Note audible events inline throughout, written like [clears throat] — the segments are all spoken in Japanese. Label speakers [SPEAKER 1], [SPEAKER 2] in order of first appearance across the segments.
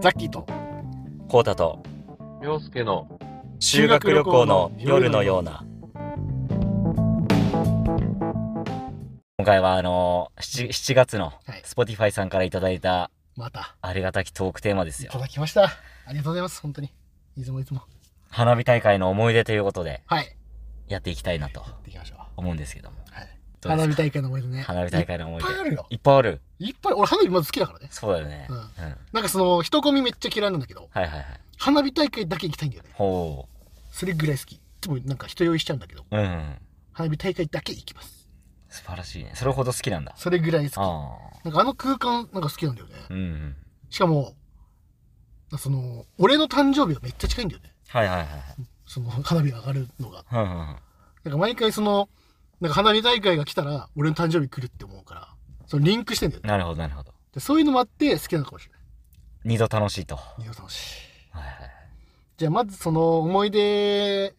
[SPEAKER 1] ザッキーと
[SPEAKER 2] コータと
[SPEAKER 3] 洋介の
[SPEAKER 2] 修学旅行の夜のような今回はあのー、7, 7月の
[SPEAKER 1] はい
[SPEAKER 2] Spotify さんからいただいた
[SPEAKER 1] また
[SPEAKER 2] ありがたきトークテーマです
[SPEAKER 1] い
[SPEAKER 2] よ
[SPEAKER 1] ただきましたありがとうございます本当にいつもいつも
[SPEAKER 2] 花火大会の思い出ということで
[SPEAKER 1] はい
[SPEAKER 2] やっていきたいなと
[SPEAKER 1] やっていきましょう
[SPEAKER 2] 思うんですけども
[SPEAKER 1] はい
[SPEAKER 2] どうで
[SPEAKER 1] 花
[SPEAKER 2] す
[SPEAKER 1] 火
[SPEAKER 2] か
[SPEAKER 1] 大会の思い出ね
[SPEAKER 2] 花火大会の思い
[SPEAKER 1] いっぱいあるよ
[SPEAKER 2] 出いっぱいある
[SPEAKER 1] いっぱい俺花火まず好きだからね
[SPEAKER 2] そうだよね、
[SPEAKER 1] う
[SPEAKER 2] うんん
[SPEAKER 1] なんかその人混みめっちゃ嫌いなんだけど
[SPEAKER 2] はいはいはい
[SPEAKER 1] 花火大会だけ行きたいんだよね
[SPEAKER 2] ほ
[SPEAKER 1] それぐらい好きいつもなんか人酔いしちゃうんだけど
[SPEAKER 2] ううん
[SPEAKER 1] 花火大会だけ行きます
[SPEAKER 2] 素晴らしいねそれほど好きなんだ
[SPEAKER 1] それぐらい好
[SPEAKER 2] ああ
[SPEAKER 1] きなんかあの空間なんか好きなんだよね
[SPEAKER 2] うんうん
[SPEAKER 1] しかもその俺の誕生日がめっちゃ近いんだよね
[SPEAKER 2] はいはいはい
[SPEAKER 1] その花火が上がるのが
[SPEAKER 2] はいうんうんうん
[SPEAKER 1] なんか毎回その、なんか花火大会が来たら、俺の誕生日来るって思うから、そのリンクしてんだよね。
[SPEAKER 2] なるほどなるほど
[SPEAKER 1] でそういうのもあって好きなのかもしれない。
[SPEAKER 2] 二度楽しいとは
[SPEAKER 1] 二度楽しい。
[SPEAKER 2] いはいはい
[SPEAKER 1] じゃあまずその思い出、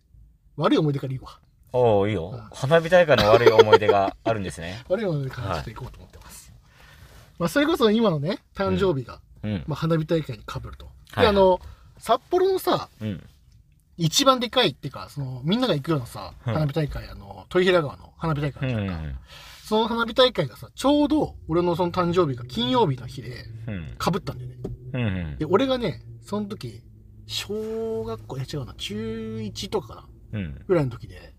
[SPEAKER 1] 悪い思い出からいこうか。
[SPEAKER 2] おおいいよ、
[SPEAKER 1] うん
[SPEAKER 2] 花火大会の悪い思い出があるんですね
[SPEAKER 1] 悪い思い出からちょっといこうと思ってます。まあそれこそ今のね、誕生日が、
[SPEAKER 2] うん
[SPEAKER 1] まあ花火大会に被ると。
[SPEAKER 2] はいはい
[SPEAKER 1] で、あの、札幌のさ、
[SPEAKER 2] うん
[SPEAKER 1] 一番でかいっていうか、そのみんなが行くようなさ、
[SPEAKER 2] うん
[SPEAKER 1] 花火大会、あの、豊平川の花火大会あ
[SPEAKER 2] う
[SPEAKER 1] る
[SPEAKER 2] ん
[SPEAKER 1] じ
[SPEAKER 2] う
[SPEAKER 1] ゃん
[SPEAKER 2] ん
[SPEAKER 1] か、その花火大会がさ、ちょうど俺のその誕生日が金曜日の日で、
[SPEAKER 2] うん
[SPEAKER 1] 被ったんだよね。
[SPEAKER 2] うんうん
[SPEAKER 1] で、俺がね、その時、小学校、いや違うな、中1とかかな、
[SPEAKER 2] うん
[SPEAKER 1] ぐらいの時で、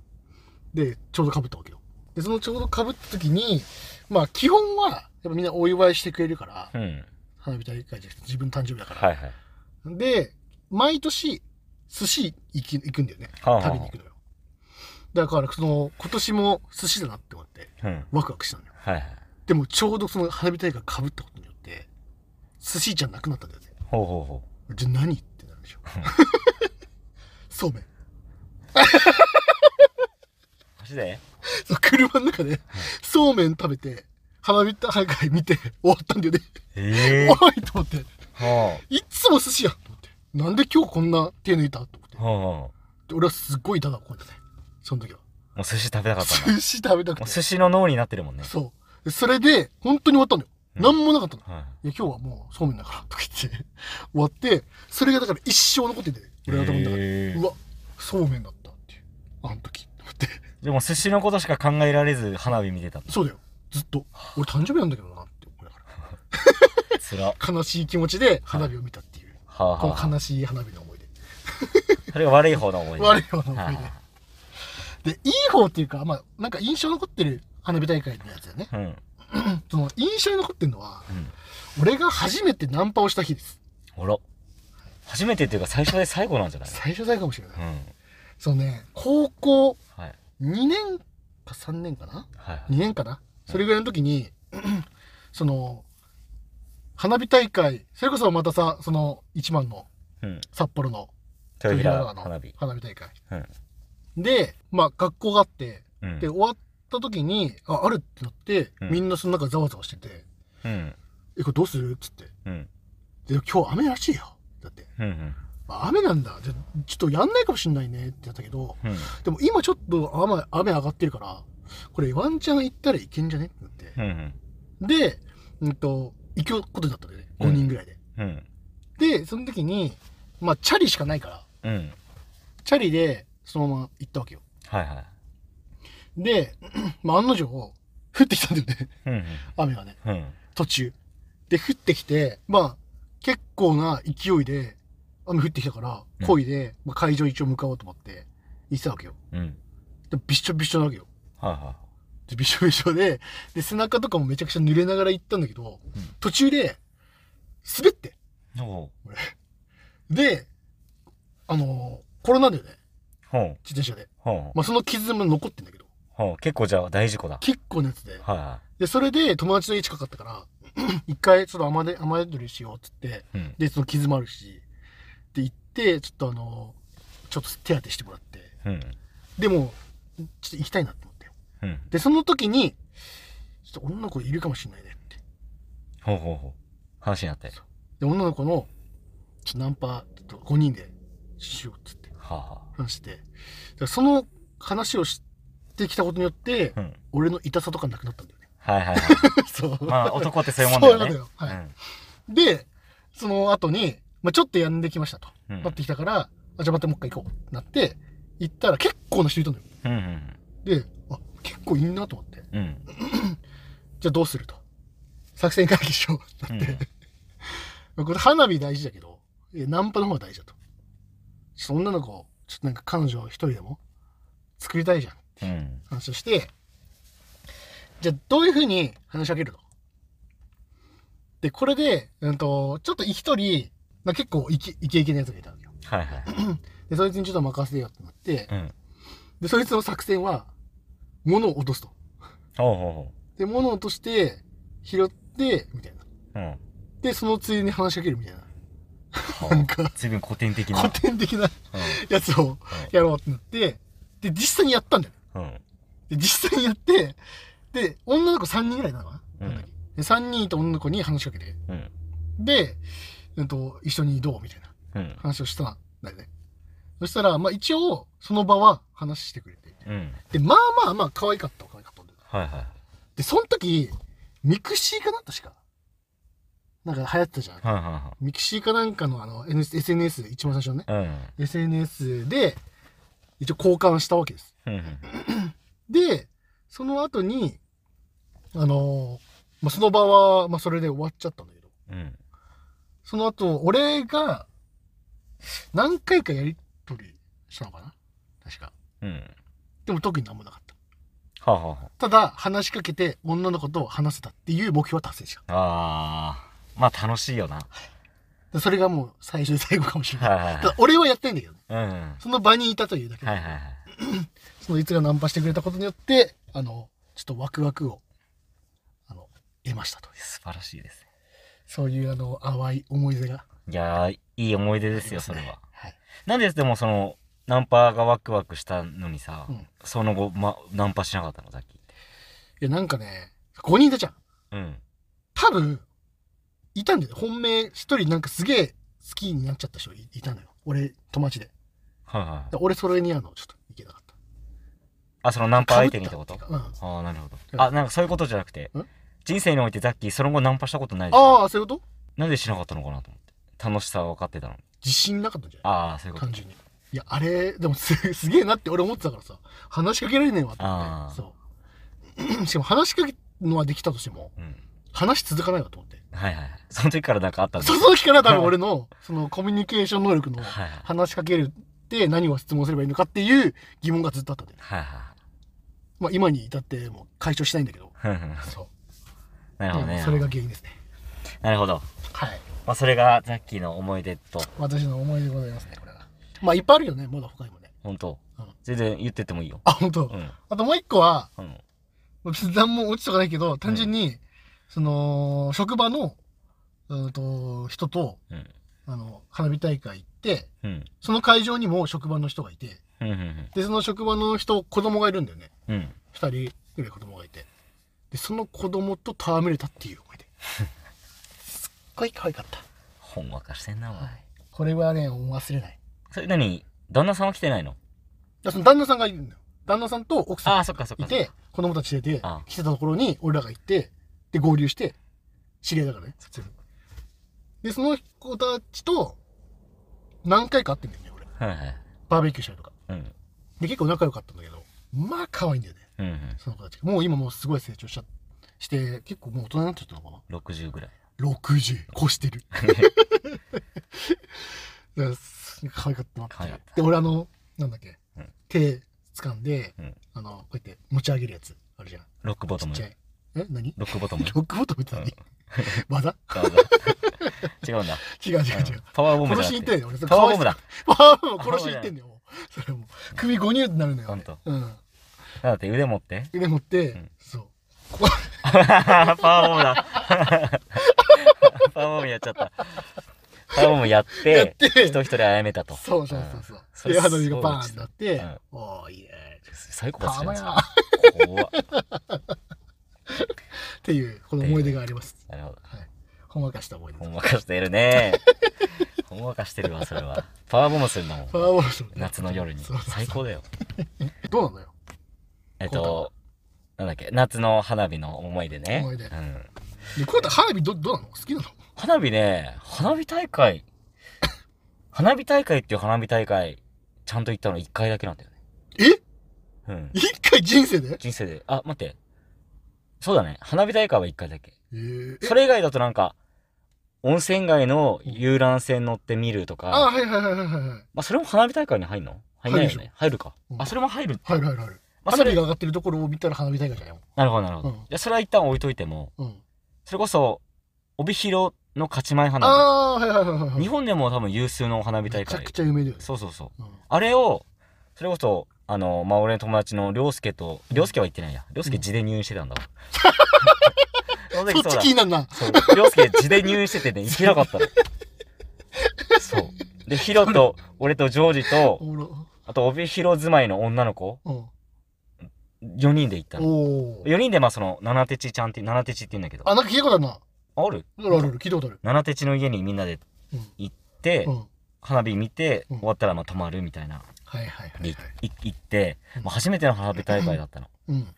[SPEAKER 1] で、ちょうど被ったわけよ。で、そのちょうど被った時に、まあ、基本は、やっぱみんなお祝いしてくれるから、
[SPEAKER 2] うん
[SPEAKER 1] 花火大会じゃなくて自分誕生日だから。
[SPEAKER 2] はいはい
[SPEAKER 1] で、毎年、寿司行き行くんだよね。
[SPEAKER 2] はあはあ
[SPEAKER 1] 食べに行くのよ。だから、その、今年も寿司だなって思って、
[SPEAKER 2] うん
[SPEAKER 1] ワクワクしたのよ。
[SPEAKER 2] はいはい
[SPEAKER 1] でも、ちょうどその花火大会被ったことによって、寿司じゃなくなったんだよね。
[SPEAKER 2] ほうほうほ
[SPEAKER 1] じゃあ何ってなるでしょ [laughs] そうめん
[SPEAKER 2] うマジで
[SPEAKER 1] そう車の中でそうめん食べて花火大会見て終わったんだよね、
[SPEAKER 2] ええ
[SPEAKER 1] おいと思って
[SPEAKER 2] はい
[SPEAKER 1] っつも寿司やんと思ってなんで今日こんな手抜いたと思って
[SPEAKER 2] あはあも
[SPEAKER 1] で俺はすっごいただこうやってねその時は
[SPEAKER 2] う寿司食べたかったんだ
[SPEAKER 1] 寿司食べたく
[SPEAKER 2] もう
[SPEAKER 1] て
[SPEAKER 2] 寿司の脳になってるもんね
[SPEAKER 1] そうでそれで本当に終わったんだよ、
[SPEAKER 2] うん
[SPEAKER 1] なん、何もなかったの
[SPEAKER 2] はい
[SPEAKER 1] や今日はもうそうめんだからとか言って [laughs] 終わってそれがだから一生残ってて俺の頭の中で、
[SPEAKER 2] い
[SPEAKER 1] うんわそうめんだったっていうあの時と思って
[SPEAKER 2] でもう寿司のことしか考えられず花火見てたんだ
[SPEAKER 1] そうだよ。ずっと。俺誕生日なんだけどなって思いなが
[SPEAKER 2] つらは
[SPEAKER 1] ら。悲しい気持ちで花火を見たっていう。
[SPEAKER 2] あ
[SPEAKER 1] こ
[SPEAKER 2] はあ
[SPEAKER 1] の悲しい花火の思い出。
[SPEAKER 2] それが悪い方の思い出
[SPEAKER 1] 悪い方の
[SPEAKER 2] は
[SPEAKER 1] 思い
[SPEAKER 2] あ
[SPEAKER 1] 出。で、いい方っていうか、まあ、なんか印象に残ってる花火大会のやつだよね。
[SPEAKER 2] うんうん
[SPEAKER 1] その印象に残ってるのは、俺が初めてナンパをした日です。
[SPEAKER 2] あら初めてっていうか最初で最後なんじゃない
[SPEAKER 1] 最初だけかもしれない。
[SPEAKER 2] うん
[SPEAKER 1] そのね、高校
[SPEAKER 2] はい
[SPEAKER 1] 2年か3年かな
[SPEAKER 2] はいはい
[SPEAKER 1] ?2 年かなそれぐらいの時に、 [clears throat] その、花火大会、それこそまたさ、その一番の
[SPEAKER 2] うん
[SPEAKER 1] 札幌の
[SPEAKER 2] 豊平
[SPEAKER 1] 豊平
[SPEAKER 2] 川の
[SPEAKER 1] の
[SPEAKER 2] 花火
[SPEAKER 1] 花火大会。
[SPEAKER 2] うん
[SPEAKER 1] で、まあ、学校があって、
[SPEAKER 2] うん
[SPEAKER 1] で、終わった時に、あ、あるってなって、
[SPEAKER 2] うん
[SPEAKER 1] みんなその中ざわざわしてて、
[SPEAKER 2] うん
[SPEAKER 1] え、これどうするっつって。
[SPEAKER 2] うん
[SPEAKER 1] で、今日雨らしいよ。だって。
[SPEAKER 2] うんうん
[SPEAKER 1] まあ雨なんだ。じゃ、ちょっとやんないかもしんないねってやったけど、
[SPEAKER 2] うん
[SPEAKER 1] でも今ちょっと雨、雨上がってるから、これワンチャン行ったらいけんじゃねってなって。
[SPEAKER 2] うん
[SPEAKER 1] で、うんと、行くことになったんだよね。5人ぐらいで。
[SPEAKER 2] うん
[SPEAKER 1] で、その時に、まあ、チャリしかないから、
[SPEAKER 2] うん
[SPEAKER 1] チャリで、そのまま行ったわけよ。
[SPEAKER 2] はいはい
[SPEAKER 1] で、 [clears throat] まあ、案の定、降ってきたんだよね。 [laughs]
[SPEAKER 2] うん
[SPEAKER 1] 雨がね、
[SPEAKER 2] うんうん
[SPEAKER 1] 途中。で、降ってきて、まあ、結構な勢いで、雨降ってきたから
[SPEAKER 2] う、ん
[SPEAKER 1] 漕いで、まあ、会場一応向かおうと思って、行ってたわけよ。
[SPEAKER 2] うん
[SPEAKER 1] で、びっしょびっしょなわけよ。
[SPEAKER 2] はいは
[SPEAKER 1] で、びっしょびっしょで、で、背中とかもめちゃくちゃ濡れながら行ったんだけど、
[SPEAKER 2] うん
[SPEAKER 1] 途中で、滑って。
[SPEAKER 2] いほう
[SPEAKER 1] で、あのー、転んだんだよね。
[SPEAKER 2] ほう
[SPEAKER 1] 自転車で。
[SPEAKER 2] ほう
[SPEAKER 1] まあ、その傷も残ってんだけど、
[SPEAKER 2] ほう結構じゃあ大事故だ
[SPEAKER 1] 結構なやつで。
[SPEAKER 2] はいは
[SPEAKER 1] で、それで友達の家近かったから、 [clears throat] 一回ちょっと雨で、雨宿りしようっつって、
[SPEAKER 2] いうん
[SPEAKER 1] で、その傷もあるし、で、行って、ちょっとあの、ちょっと手当てしてもらって、
[SPEAKER 2] うん
[SPEAKER 1] でも、ちょっと行きたいなって思って。
[SPEAKER 2] うん
[SPEAKER 1] で、その時に、ちょっと女の子いるかもしれないねって。
[SPEAKER 2] ほうほうほう話になっては
[SPEAKER 1] で、女の子の、ちょっとナンパ、ちょっと5人でしようっつって
[SPEAKER 2] あは
[SPEAKER 1] 話して、でその話をしてきたことによって、
[SPEAKER 2] あうん
[SPEAKER 1] 俺の痛さとかなくなったんだ
[SPEAKER 2] [laughs]
[SPEAKER 1] よね。
[SPEAKER 2] はいはいはい
[SPEAKER 1] [laughs] そう。
[SPEAKER 2] まあ男ってそういうもんだよ
[SPEAKER 1] そういう
[SPEAKER 2] ね
[SPEAKER 1] ことよはいで、その後に、まあ、ちょっとやんできましたと。
[SPEAKER 2] うん
[SPEAKER 1] なってきたから、あ、じゃあ待って、もう一回行こうってなって、行ったら結構な人いたのよ。
[SPEAKER 2] うんうん
[SPEAKER 1] で、あ、結構いんなと思って。
[SPEAKER 2] うんうん
[SPEAKER 1] じゃあどうすると。作戦会議しよう [laughs] ってなって。まあこれ花火大事だけど、えナンパの方が大事だと。ちょっと女の子を、ちょっとなんか彼女を一人でも作りたいじゃんって
[SPEAKER 2] うん
[SPEAKER 1] 話をして、じゃあどういうふうに話しかけると。で、これで、うんと、ちょっと一人、まあ、結構イケイケイケなやつがいたわけよ。
[SPEAKER 2] はいはい
[SPEAKER 1] で、そいつにちょっと任せようってなって、
[SPEAKER 2] うん
[SPEAKER 1] で、そいつの作戦は、物を落とすと。
[SPEAKER 2] ほうほ
[SPEAKER 1] で、物を落として、拾って、みたいな。
[SPEAKER 2] うほううん
[SPEAKER 1] で、そのついでに話しかけるみたいな。
[SPEAKER 2] ほ
[SPEAKER 1] なん
[SPEAKER 2] う
[SPEAKER 1] か、
[SPEAKER 2] 随分古典的な
[SPEAKER 1] 古典的なやつをやろうってなって、で、実際にやったんだよ。
[SPEAKER 2] うんうん
[SPEAKER 1] で、実際にやって、で、女の子3人ぐらいなのかな、
[SPEAKER 2] うん
[SPEAKER 1] その時で ?3 人いた女の子に話しかけて、
[SPEAKER 2] うん
[SPEAKER 1] で、えっと、一緒にどうみたいな
[SPEAKER 2] うん
[SPEAKER 1] 話をしたんだよね。そしたら、まあ一応、その場は話してくれて。
[SPEAKER 2] うん
[SPEAKER 1] で、まあまあまあ、可愛かったわ可愛かったんだよ。
[SPEAKER 2] はいはい
[SPEAKER 1] で、その時、ミクシーかな確か。なんか流行ってたじゃん。
[SPEAKER 2] はいは
[SPEAKER 1] ミクシーかなんかのあの、N- SNS、一番最初のね、
[SPEAKER 2] いはい
[SPEAKER 1] SNS で、一応交換したわけです。
[SPEAKER 2] うんうん
[SPEAKER 1] で、その後に、あのーまあ、その場は、まあ、それで終わっちゃったんだけど、
[SPEAKER 2] うん
[SPEAKER 1] その後、俺が、何回かやりとりしたのかな確か。
[SPEAKER 2] うん
[SPEAKER 1] でも特になんもなかった。
[SPEAKER 2] はあはあは
[SPEAKER 1] ただ、話しかけて女の子と話せたっていう目標は達成した。
[SPEAKER 2] ああーまあ楽しいよな
[SPEAKER 1] でそれがもう最終最後かもしれない。
[SPEAKER 2] はいはい
[SPEAKER 1] た
[SPEAKER 2] は
[SPEAKER 1] だ俺はやってんだけどね。
[SPEAKER 2] いうんは
[SPEAKER 1] その場にいたというだけ
[SPEAKER 2] い
[SPEAKER 1] で、
[SPEAKER 2] はいはい
[SPEAKER 1] そのいつがナンパしてくれたことによって、あの、ちょっとワクワクを、あの、得ましたという。
[SPEAKER 2] 素晴らしいですね
[SPEAKER 1] そういうあの、淡い思い出が。
[SPEAKER 2] いやーいい思い出ですよそれは
[SPEAKER 1] はい。
[SPEAKER 2] なんででもそのナンパがワクワクしたのにさ、
[SPEAKER 1] うん
[SPEAKER 2] その後、ま、ナンパしなかったのさっき
[SPEAKER 1] いや、なんかね、5人いたじゃん。
[SPEAKER 2] うん
[SPEAKER 1] 多分、いたんだよね。本命1人なんかすげえ好きになっちゃった人いいたのよ。俺、友達で。だか
[SPEAKER 2] はいはい
[SPEAKER 1] ら俺、それにあの、ちょっといけなかった。
[SPEAKER 2] あそのナンパ相手にってこと
[SPEAKER 1] 被たっていうかうん
[SPEAKER 2] ああなるほど
[SPEAKER 1] うん
[SPEAKER 2] あなんかそういうことじゃなくて
[SPEAKER 1] ん
[SPEAKER 2] 人生においてザッキーその後ナンパしたことないでしょ
[SPEAKER 1] ああ、そういうこと
[SPEAKER 2] なんでしなかったのかなと思って楽しさは分かってたのに
[SPEAKER 1] 自信なかったんじゃない
[SPEAKER 2] ああそういうこと
[SPEAKER 1] 単純に。いや、あれ、でもすすげえなって俺思ってたからさ、話しかけられねえわって
[SPEAKER 2] あ
[SPEAKER 1] 思
[SPEAKER 2] ー
[SPEAKER 1] って。そう。し [clears throat] かも話しかけるのはできたとしても、
[SPEAKER 2] うん
[SPEAKER 1] 話続かないわと思って。
[SPEAKER 2] はいはいはいその時からなんかあったんです
[SPEAKER 1] その時から多分俺の、そのコミュニケーション能力の
[SPEAKER 2] はいはい
[SPEAKER 1] 話しかけるって何を質問すればいいのかっていう疑問がずっとあったんだよね。
[SPEAKER 2] はいは
[SPEAKER 1] まあ今に至ってもう解消しないんだけど。
[SPEAKER 2] いはいふんふん [laughs]
[SPEAKER 1] そ
[SPEAKER 2] なるほど
[SPEAKER 1] う。
[SPEAKER 2] ね
[SPEAKER 1] それが原因ですね。
[SPEAKER 2] なるほど、
[SPEAKER 1] はい。
[SPEAKER 2] まあ、それがザッキーの思い出と
[SPEAKER 1] 私の思い出でございますね、これは。まあいっぱいあるよね、まだ他にもね。
[SPEAKER 2] 本当
[SPEAKER 1] うん
[SPEAKER 2] 全然言ってってもいいよ
[SPEAKER 1] あ、本当。
[SPEAKER 2] うん
[SPEAKER 1] あともう一個は、
[SPEAKER 2] うん
[SPEAKER 1] 別に何も落ちとかないけど、単純に、その、職場の、うんと、人と、
[SPEAKER 2] うん
[SPEAKER 1] あの、花火大会行って、
[SPEAKER 2] うん
[SPEAKER 1] その会場にも職場の人がいて、
[SPEAKER 2] うんうん
[SPEAKER 1] で、その職場の人、子供がいるんだよね。
[SPEAKER 2] うんうん
[SPEAKER 1] 二人ぐらい子供がいてでその子供と戯れたっていう思い出 [laughs] すっごい可愛かった
[SPEAKER 2] ほんわかしてんなお前
[SPEAKER 1] これはね忘れない
[SPEAKER 2] それ何旦那さんは来てないの
[SPEAKER 1] だその旦那さんがいるんだよ旦那さんと奥さ
[SPEAKER 2] あ
[SPEAKER 1] ん
[SPEAKER 2] あそっかそっ
[SPEAKER 1] い
[SPEAKER 2] か
[SPEAKER 1] て子供たち出て
[SPEAKER 2] あ
[SPEAKER 1] 来てたところに俺らが行ってで合流して知り合いだからね普通にでその子たちと何回か会ってんだよね俺
[SPEAKER 2] はいはい
[SPEAKER 1] バーベキューしたりとか
[SPEAKER 2] うん
[SPEAKER 1] で結構仲良かったんだけどまあ可愛いんだよね
[SPEAKER 2] うんうん
[SPEAKER 1] その子たちもう今もうすごい成長しちゃして結構もう大人になっちゃったのかな
[SPEAKER 2] 60ぐらい
[SPEAKER 1] 60越して
[SPEAKER 2] [laughs]
[SPEAKER 1] るいやす可愛かったなって
[SPEAKER 2] 可愛かった
[SPEAKER 1] で俺あのなんだっけ、
[SPEAKER 2] うん
[SPEAKER 1] 手掴んで、
[SPEAKER 2] うん
[SPEAKER 1] あのこうやって持ち上げるやつあるじゃん
[SPEAKER 2] ロックボ
[SPEAKER 1] ち
[SPEAKER 2] ト
[SPEAKER 1] っ
[SPEAKER 2] ム
[SPEAKER 1] ちゃいえ何
[SPEAKER 2] ロックボトム
[SPEAKER 1] ロックボトムって何、
[SPEAKER 2] うん
[SPEAKER 1] 技 [laughs]
[SPEAKER 2] 違うんだ
[SPEAKER 1] 違う違う違う、
[SPEAKER 2] うんパワーボムじ
[SPEAKER 1] 殺
[SPEAKER 2] ゃな
[SPEAKER 1] しに行っ
[SPEAKER 2] く
[SPEAKER 1] ててんだよ俺それ
[SPEAKER 2] パワーボムだ
[SPEAKER 1] パワーボム [laughs] 殺しに行ってんだよもうそれもう首ゴニューってなるのよ
[SPEAKER 2] ほんと
[SPEAKER 1] うん
[SPEAKER 2] だって腕持って [laughs]
[SPEAKER 1] で持って、
[SPEAKER 2] ん
[SPEAKER 1] そう
[SPEAKER 2] パワーボムだ [laughs] パワーボムやっちゃったパワーボムやって
[SPEAKER 1] やって
[SPEAKER 2] 人一人あやめたと
[SPEAKER 1] そうそうそうそう、
[SPEAKER 2] それ
[SPEAKER 1] で花火がバーンっ
[SPEAKER 2] す
[SPEAKER 1] て
[SPEAKER 2] ご
[SPEAKER 1] な
[SPEAKER 2] い
[SPEAKER 1] って、
[SPEAKER 2] うん
[SPEAKER 1] おーいえ
[SPEAKER 2] うんサイコパスじゃないです
[SPEAKER 1] パ
[SPEAKER 2] か怖っ
[SPEAKER 1] ーっていうこの思い出があります、
[SPEAKER 2] なるほど
[SPEAKER 1] はいほんわかした思い出
[SPEAKER 2] ほ
[SPEAKER 1] です
[SPEAKER 2] んわかしてるねほんわかしてるわそれはパワーボムするんだもん
[SPEAKER 1] パワーボムする
[SPEAKER 2] 夏の夜に
[SPEAKER 1] そうそうそう
[SPEAKER 2] 最高だよ
[SPEAKER 1] どうなのよ
[SPEAKER 2] えっとなんだっけ夏の花火の思い出ね
[SPEAKER 1] 思い出
[SPEAKER 2] うん
[SPEAKER 1] でこうやって花火どどうなの好きなの
[SPEAKER 2] 花火ね花火大会花火大会っていう花火大会、ちゃんと行ったの1回だけなんだよね。
[SPEAKER 1] え
[SPEAKER 2] うん。
[SPEAKER 1] 一回人生で
[SPEAKER 2] 人生で。あ、待って。そうだね。花火大会は1回だけ。
[SPEAKER 1] えー、え
[SPEAKER 2] それ以外だとなんか、温泉街の遊覧船乗って見ると
[SPEAKER 1] あ
[SPEAKER 2] か、
[SPEAKER 1] はいはいはいはいはいはい。
[SPEAKER 2] まあそれも花火大会に入んの入んないよ
[SPEAKER 1] 入るで
[SPEAKER 2] ね。入るか
[SPEAKER 1] う。ん
[SPEAKER 2] あ、それも入る。
[SPEAKER 1] 入る入る入る。
[SPEAKER 2] まあそ
[SPEAKER 1] 花火
[SPEAKER 2] れ、
[SPEAKER 1] が上がってるところを見たら花火大会じゃないも
[SPEAKER 2] なるほどなるほど。
[SPEAKER 1] うん
[SPEAKER 2] じゃあそれは一旦置いといても、
[SPEAKER 1] ん。うん。
[SPEAKER 2] それこそ、帯広の勝ち前花
[SPEAKER 1] ああー、はいはいはいはいは
[SPEAKER 2] 火。
[SPEAKER 1] い。
[SPEAKER 2] 日本でも多分有数の花火大
[SPEAKER 1] めちゃ
[SPEAKER 2] 会
[SPEAKER 1] く。ちゃ有名だよね。
[SPEAKER 2] そうそうそう。
[SPEAKER 1] うん
[SPEAKER 2] あれを、それこそ、あの、まあ、俺の友達の涼介と、涼介は行ってないや。涼介地で入院して
[SPEAKER 1] [laughs]
[SPEAKER 2] たんだわ。
[SPEAKER 1] そっ
[SPEAKER 2] その時そう
[SPEAKER 1] ち
[SPEAKER 2] だ
[SPEAKER 1] 気になるな。
[SPEAKER 2] そう、涼介地で入院しててね、行けなかったの。そう。で、ヒロと、俺とジョージ
[SPEAKER 1] お
[SPEAKER 2] と、
[SPEAKER 1] もろ。
[SPEAKER 2] あと、帯広住まいの女の子、
[SPEAKER 1] うん。
[SPEAKER 2] 4人で行ったの。
[SPEAKER 1] おー。
[SPEAKER 2] 4人で、まあ、その、七手ちちゃんって、七手ちって言うんだけど、あ
[SPEAKER 1] あ、なんか聞いたことあるな。
[SPEAKER 2] る
[SPEAKER 1] あるあるある、聞いたことある。
[SPEAKER 2] 七手ちの家にみんなで
[SPEAKER 1] うん
[SPEAKER 2] 行って、
[SPEAKER 1] うん。はい
[SPEAKER 2] 花火見て、
[SPEAKER 1] うん
[SPEAKER 2] 終わったら、まあ、泊まるみたいな。
[SPEAKER 1] はいはいは
[SPEAKER 2] で、
[SPEAKER 1] い
[SPEAKER 2] い。行って、まあ、初めての花火大会だったの。
[SPEAKER 1] うん。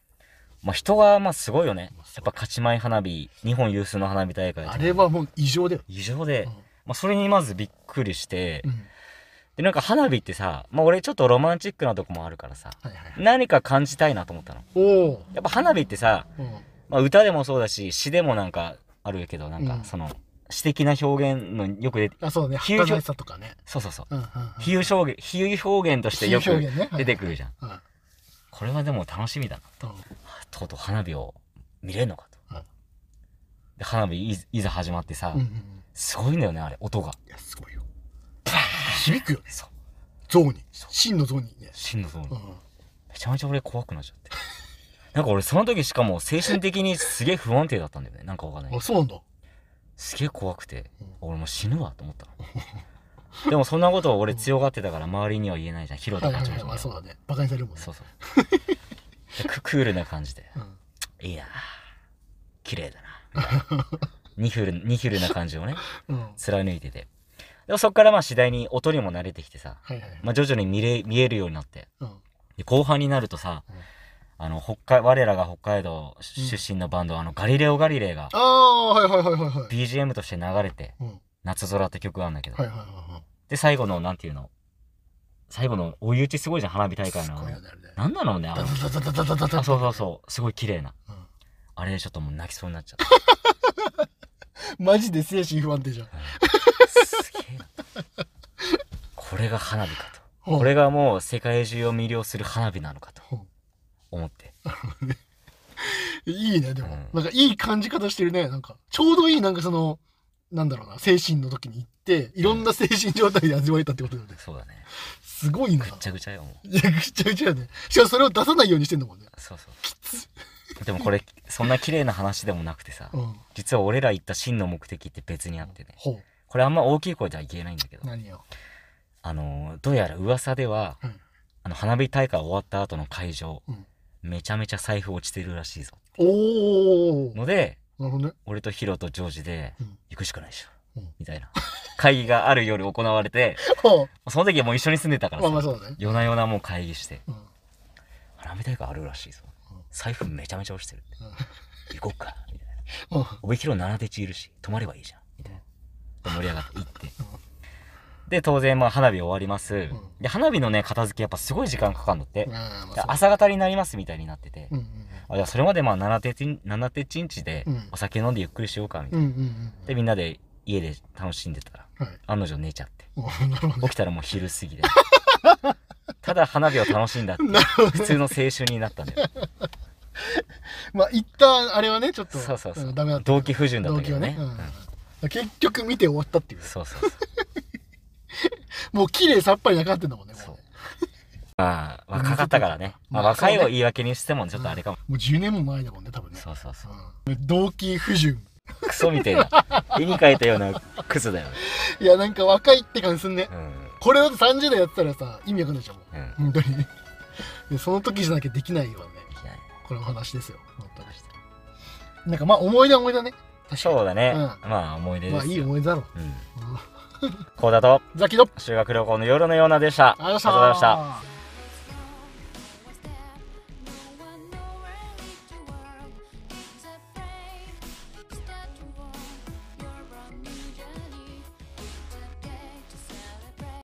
[SPEAKER 2] まあ、人がまあすごいよね。やっぱ勝ち前花火、日本有数の花火大会。
[SPEAKER 1] あれはもう異常だよ。
[SPEAKER 2] 異常で、
[SPEAKER 1] うん
[SPEAKER 2] まあ、それにまずびっくりして、
[SPEAKER 1] うん。
[SPEAKER 2] で、なんか花火ってさ、まあ、俺ちょっとロマンチックなとこもあるからさ、
[SPEAKER 1] はいはい。
[SPEAKER 2] 何か感じたいなと思ったの。
[SPEAKER 1] おお。
[SPEAKER 2] やっぱ花火ってさ、
[SPEAKER 1] うん。
[SPEAKER 2] まあ、歌でもそうだし、詩でもなんかあるけど、なん
[SPEAKER 1] うん
[SPEAKER 2] かその、詩的な表現のよく出て、
[SPEAKER 1] あ、そうだね。
[SPEAKER 2] 比喩表
[SPEAKER 1] 儚さとかね。
[SPEAKER 2] そうそうそう。
[SPEAKER 1] うんうんうん。
[SPEAKER 2] 比喩表現、比喩表現としてよ
[SPEAKER 1] 比喩
[SPEAKER 2] く
[SPEAKER 1] 表現ねはい
[SPEAKER 2] 出てくるじゃん。
[SPEAKER 1] うん。うん
[SPEAKER 2] これはでも楽しみだな。とうとう花火を見れるのかと。
[SPEAKER 1] うん
[SPEAKER 2] で花火いいざ始まってさ、
[SPEAKER 1] うんうんうん。
[SPEAKER 2] すごいんだよね、あれ、音が。
[SPEAKER 1] いや、すごいよ。響くよね。
[SPEAKER 2] そう。
[SPEAKER 1] 像に。
[SPEAKER 2] そう
[SPEAKER 1] 真の像にね。
[SPEAKER 2] 真の像に
[SPEAKER 1] うん。
[SPEAKER 2] めちゃめちゃ俺怖くなっちゃって。なんか俺その時しかも精神的にすげえ不安定だったんだよね。なんかわかんない
[SPEAKER 1] あ、。そうなんだ。
[SPEAKER 2] すげえ怖くて
[SPEAKER 1] うん、
[SPEAKER 2] 俺もう死ぬわと思ったの。でもそんなことを俺強がってたから周りには言えないじゃん。ヒロ
[SPEAKER 1] は
[SPEAKER 2] と
[SPEAKER 1] いは
[SPEAKER 2] か
[SPEAKER 1] い
[SPEAKER 2] ちょ
[SPEAKER 1] は
[SPEAKER 2] っ
[SPEAKER 1] い。まあ
[SPEAKER 2] と
[SPEAKER 1] そうだね。バカにされるもんね。
[SPEAKER 2] そうそう。でククールな感じで。
[SPEAKER 1] うん。
[SPEAKER 2] いいなぁ綺麗だなニフル、ニフルな感じをね、
[SPEAKER 1] うん。は
[SPEAKER 2] 貫いてて。でもそっからまあ次第に音にも慣れてきてさ、
[SPEAKER 1] いはいはい。
[SPEAKER 2] まあ徐々に見れ、見えるようになって。
[SPEAKER 1] うん。
[SPEAKER 2] で後半になるとさ、
[SPEAKER 1] うん
[SPEAKER 2] あの北海我らが北海道出身のバンド、あのガリレオ・ガリレイが
[SPEAKER 1] ああ、はいはいはいはいはい。
[SPEAKER 2] BGM として流れて
[SPEAKER 1] うん。
[SPEAKER 2] 「夏空」って曲があるんだけど、
[SPEAKER 1] はいはいはいはい。
[SPEAKER 2] で最後のなんていうの最後の追い打ちすごいじゃん花火大会
[SPEAKER 1] す
[SPEAKER 2] の
[SPEAKER 1] ごいよね、あれね。
[SPEAKER 2] なんなのねあの
[SPEAKER 1] ダダダダダダダダ
[SPEAKER 2] あそうそうそうすごい綺麗な
[SPEAKER 1] うん
[SPEAKER 2] あれちょっともう泣きそうになっちゃった
[SPEAKER 1] [laughs] マジで精神不安定じゃん。
[SPEAKER 2] すげえなこれが花火かとこれがもう世界中を魅了する花火なのかと
[SPEAKER 1] うん
[SPEAKER 2] 思って
[SPEAKER 1] いいね、でも、
[SPEAKER 2] うん
[SPEAKER 1] なんかいい感じ方してるね。なんか、ちょうどいい、なんかその、なんだろうな、精神の時に行って、いろんな精神状態で味わえたってことだよね。
[SPEAKER 2] そうだね
[SPEAKER 1] すごいな。
[SPEAKER 2] ぐっちゃぐちゃよもう
[SPEAKER 1] いや、ぐちゃぐちゃやね。しかもそれを出さないようにしてんだもんね。
[SPEAKER 2] そうそうでもこれそんな綺麗な話でもなくてさ
[SPEAKER 1] うん。
[SPEAKER 2] 実は俺ら行った真の目的って別にあってね
[SPEAKER 1] ほう。
[SPEAKER 2] これあんま大きい声では言えないんだけど
[SPEAKER 1] 何よ。
[SPEAKER 2] あのーどうやら噂では、
[SPEAKER 1] うん
[SPEAKER 2] あの花火大会終わった後の会場、
[SPEAKER 1] うん
[SPEAKER 2] めちゃめちゃ財布落ちてるらしいぞ
[SPEAKER 1] おー。
[SPEAKER 2] ので
[SPEAKER 1] なるほどね。 [laughs]
[SPEAKER 2] 俺とヒロとジョージで、
[SPEAKER 1] うん
[SPEAKER 2] 行くしかないでしょ、
[SPEAKER 1] うん
[SPEAKER 2] みたいな会議がある夜行われて
[SPEAKER 1] ほ
[SPEAKER 2] その時はもう一緒に住んでたか
[SPEAKER 1] う。
[SPEAKER 2] ら
[SPEAKER 1] ま
[SPEAKER 2] さ、
[SPEAKER 1] あまあそうだね。
[SPEAKER 2] 夜な夜なもう会議して
[SPEAKER 1] うん。
[SPEAKER 2] 花火大会あるらしいぞ
[SPEAKER 1] うん
[SPEAKER 2] 財布めちゃめちゃ落ちてる行こうかみたいな
[SPEAKER 1] うん。
[SPEAKER 2] 帯広七手地いるし泊まればいいじゃんみたいなで盛り上がって行ってで当然まあ花火終わります、で花火のね片付けやっぱすごい時間かかるんだって、
[SPEAKER 1] うん。ああ、まあそ
[SPEAKER 2] で
[SPEAKER 1] う。
[SPEAKER 2] 朝方になりますみたいになってて、
[SPEAKER 1] うん
[SPEAKER 2] あじゃあそれまでまあ七手ち七手ちんちで
[SPEAKER 1] うん
[SPEAKER 2] お酒飲んでゆっくりしようかみたい
[SPEAKER 1] うんう
[SPEAKER 2] な、
[SPEAKER 1] ん。うんうん
[SPEAKER 2] でみんなで家で楽しんでたら
[SPEAKER 1] うん。はい。
[SPEAKER 2] 案の定寝ちゃって
[SPEAKER 1] おーなるほど
[SPEAKER 2] 起
[SPEAKER 1] ね。
[SPEAKER 2] きたらもう昼過ぎで [laughs] ただ花火を楽しんだって
[SPEAKER 1] なるほどね
[SPEAKER 2] 普通の青春になったんだよ
[SPEAKER 1] [laughs] まあ、一旦、あれはね、ちょっと、
[SPEAKER 2] そうそうそうん
[SPEAKER 1] ダメだった。
[SPEAKER 2] 動機不純だっ
[SPEAKER 1] 動
[SPEAKER 2] た
[SPEAKER 1] 機
[SPEAKER 2] け
[SPEAKER 1] は
[SPEAKER 2] ど
[SPEAKER 1] ね
[SPEAKER 2] ね。
[SPEAKER 1] う
[SPEAKER 2] うんん
[SPEAKER 1] 結局見て終わったっていう。
[SPEAKER 2] そうそうそう
[SPEAKER 1] もう綺麗さっぱりなかったんだもんね。
[SPEAKER 2] そ
[SPEAKER 1] も
[SPEAKER 2] う
[SPEAKER 1] うね
[SPEAKER 2] まあ若かったからね、まあ、
[SPEAKER 1] まあ
[SPEAKER 2] 若い
[SPEAKER 1] そう
[SPEAKER 2] を
[SPEAKER 1] ね
[SPEAKER 2] 言い訳にしてもちょっとあれかも、
[SPEAKER 1] もう10年も前だもんね、多分ね。
[SPEAKER 2] そうそうそう
[SPEAKER 1] うん動機不純。
[SPEAKER 2] クソみたいな [laughs] 絵に描いたようなクズだよね
[SPEAKER 1] いや、なんか若いって感じすんね
[SPEAKER 2] う。ん
[SPEAKER 1] これだと30代やってたらさ、意味わかんないじゃん、もう。
[SPEAKER 2] うん
[SPEAKER 1] 本当に。でその時じゃなきゃできないようなね、
[SPEAKER 2] いきなり
[SPEAKER 1] この話ですよ。本当に。なんかまあ、思い出は思い出だね。確か
[SPEAKER 2] そうだね、
[SPEAKER 1] うん
[SPEAKER 2] まあ思い出
[SPEAKER 1] に。
[SPEAKER 2] ですよ、
[SPEAKER 1] まあ、いい思い出だろう。
[SPEAKER 2] うん
[SPEAKER 1] うん
[SPEAKER 2] こうだと
[SPEAKER 1] ザキド、
[SPEAKER 2] 修学旅行の夜のようなでした
[SPEAKER 1] ありがとうご
[SPEAKER 2] ありがとうござ
[SPEAKER 1] ざ
[SPEAKER 2] い
[SPEAKER 1] い
[SPEAKER 2] ま
[SPEAKER 1] ま
[SPEAKER 2] し
[SPEAKER 1] したた。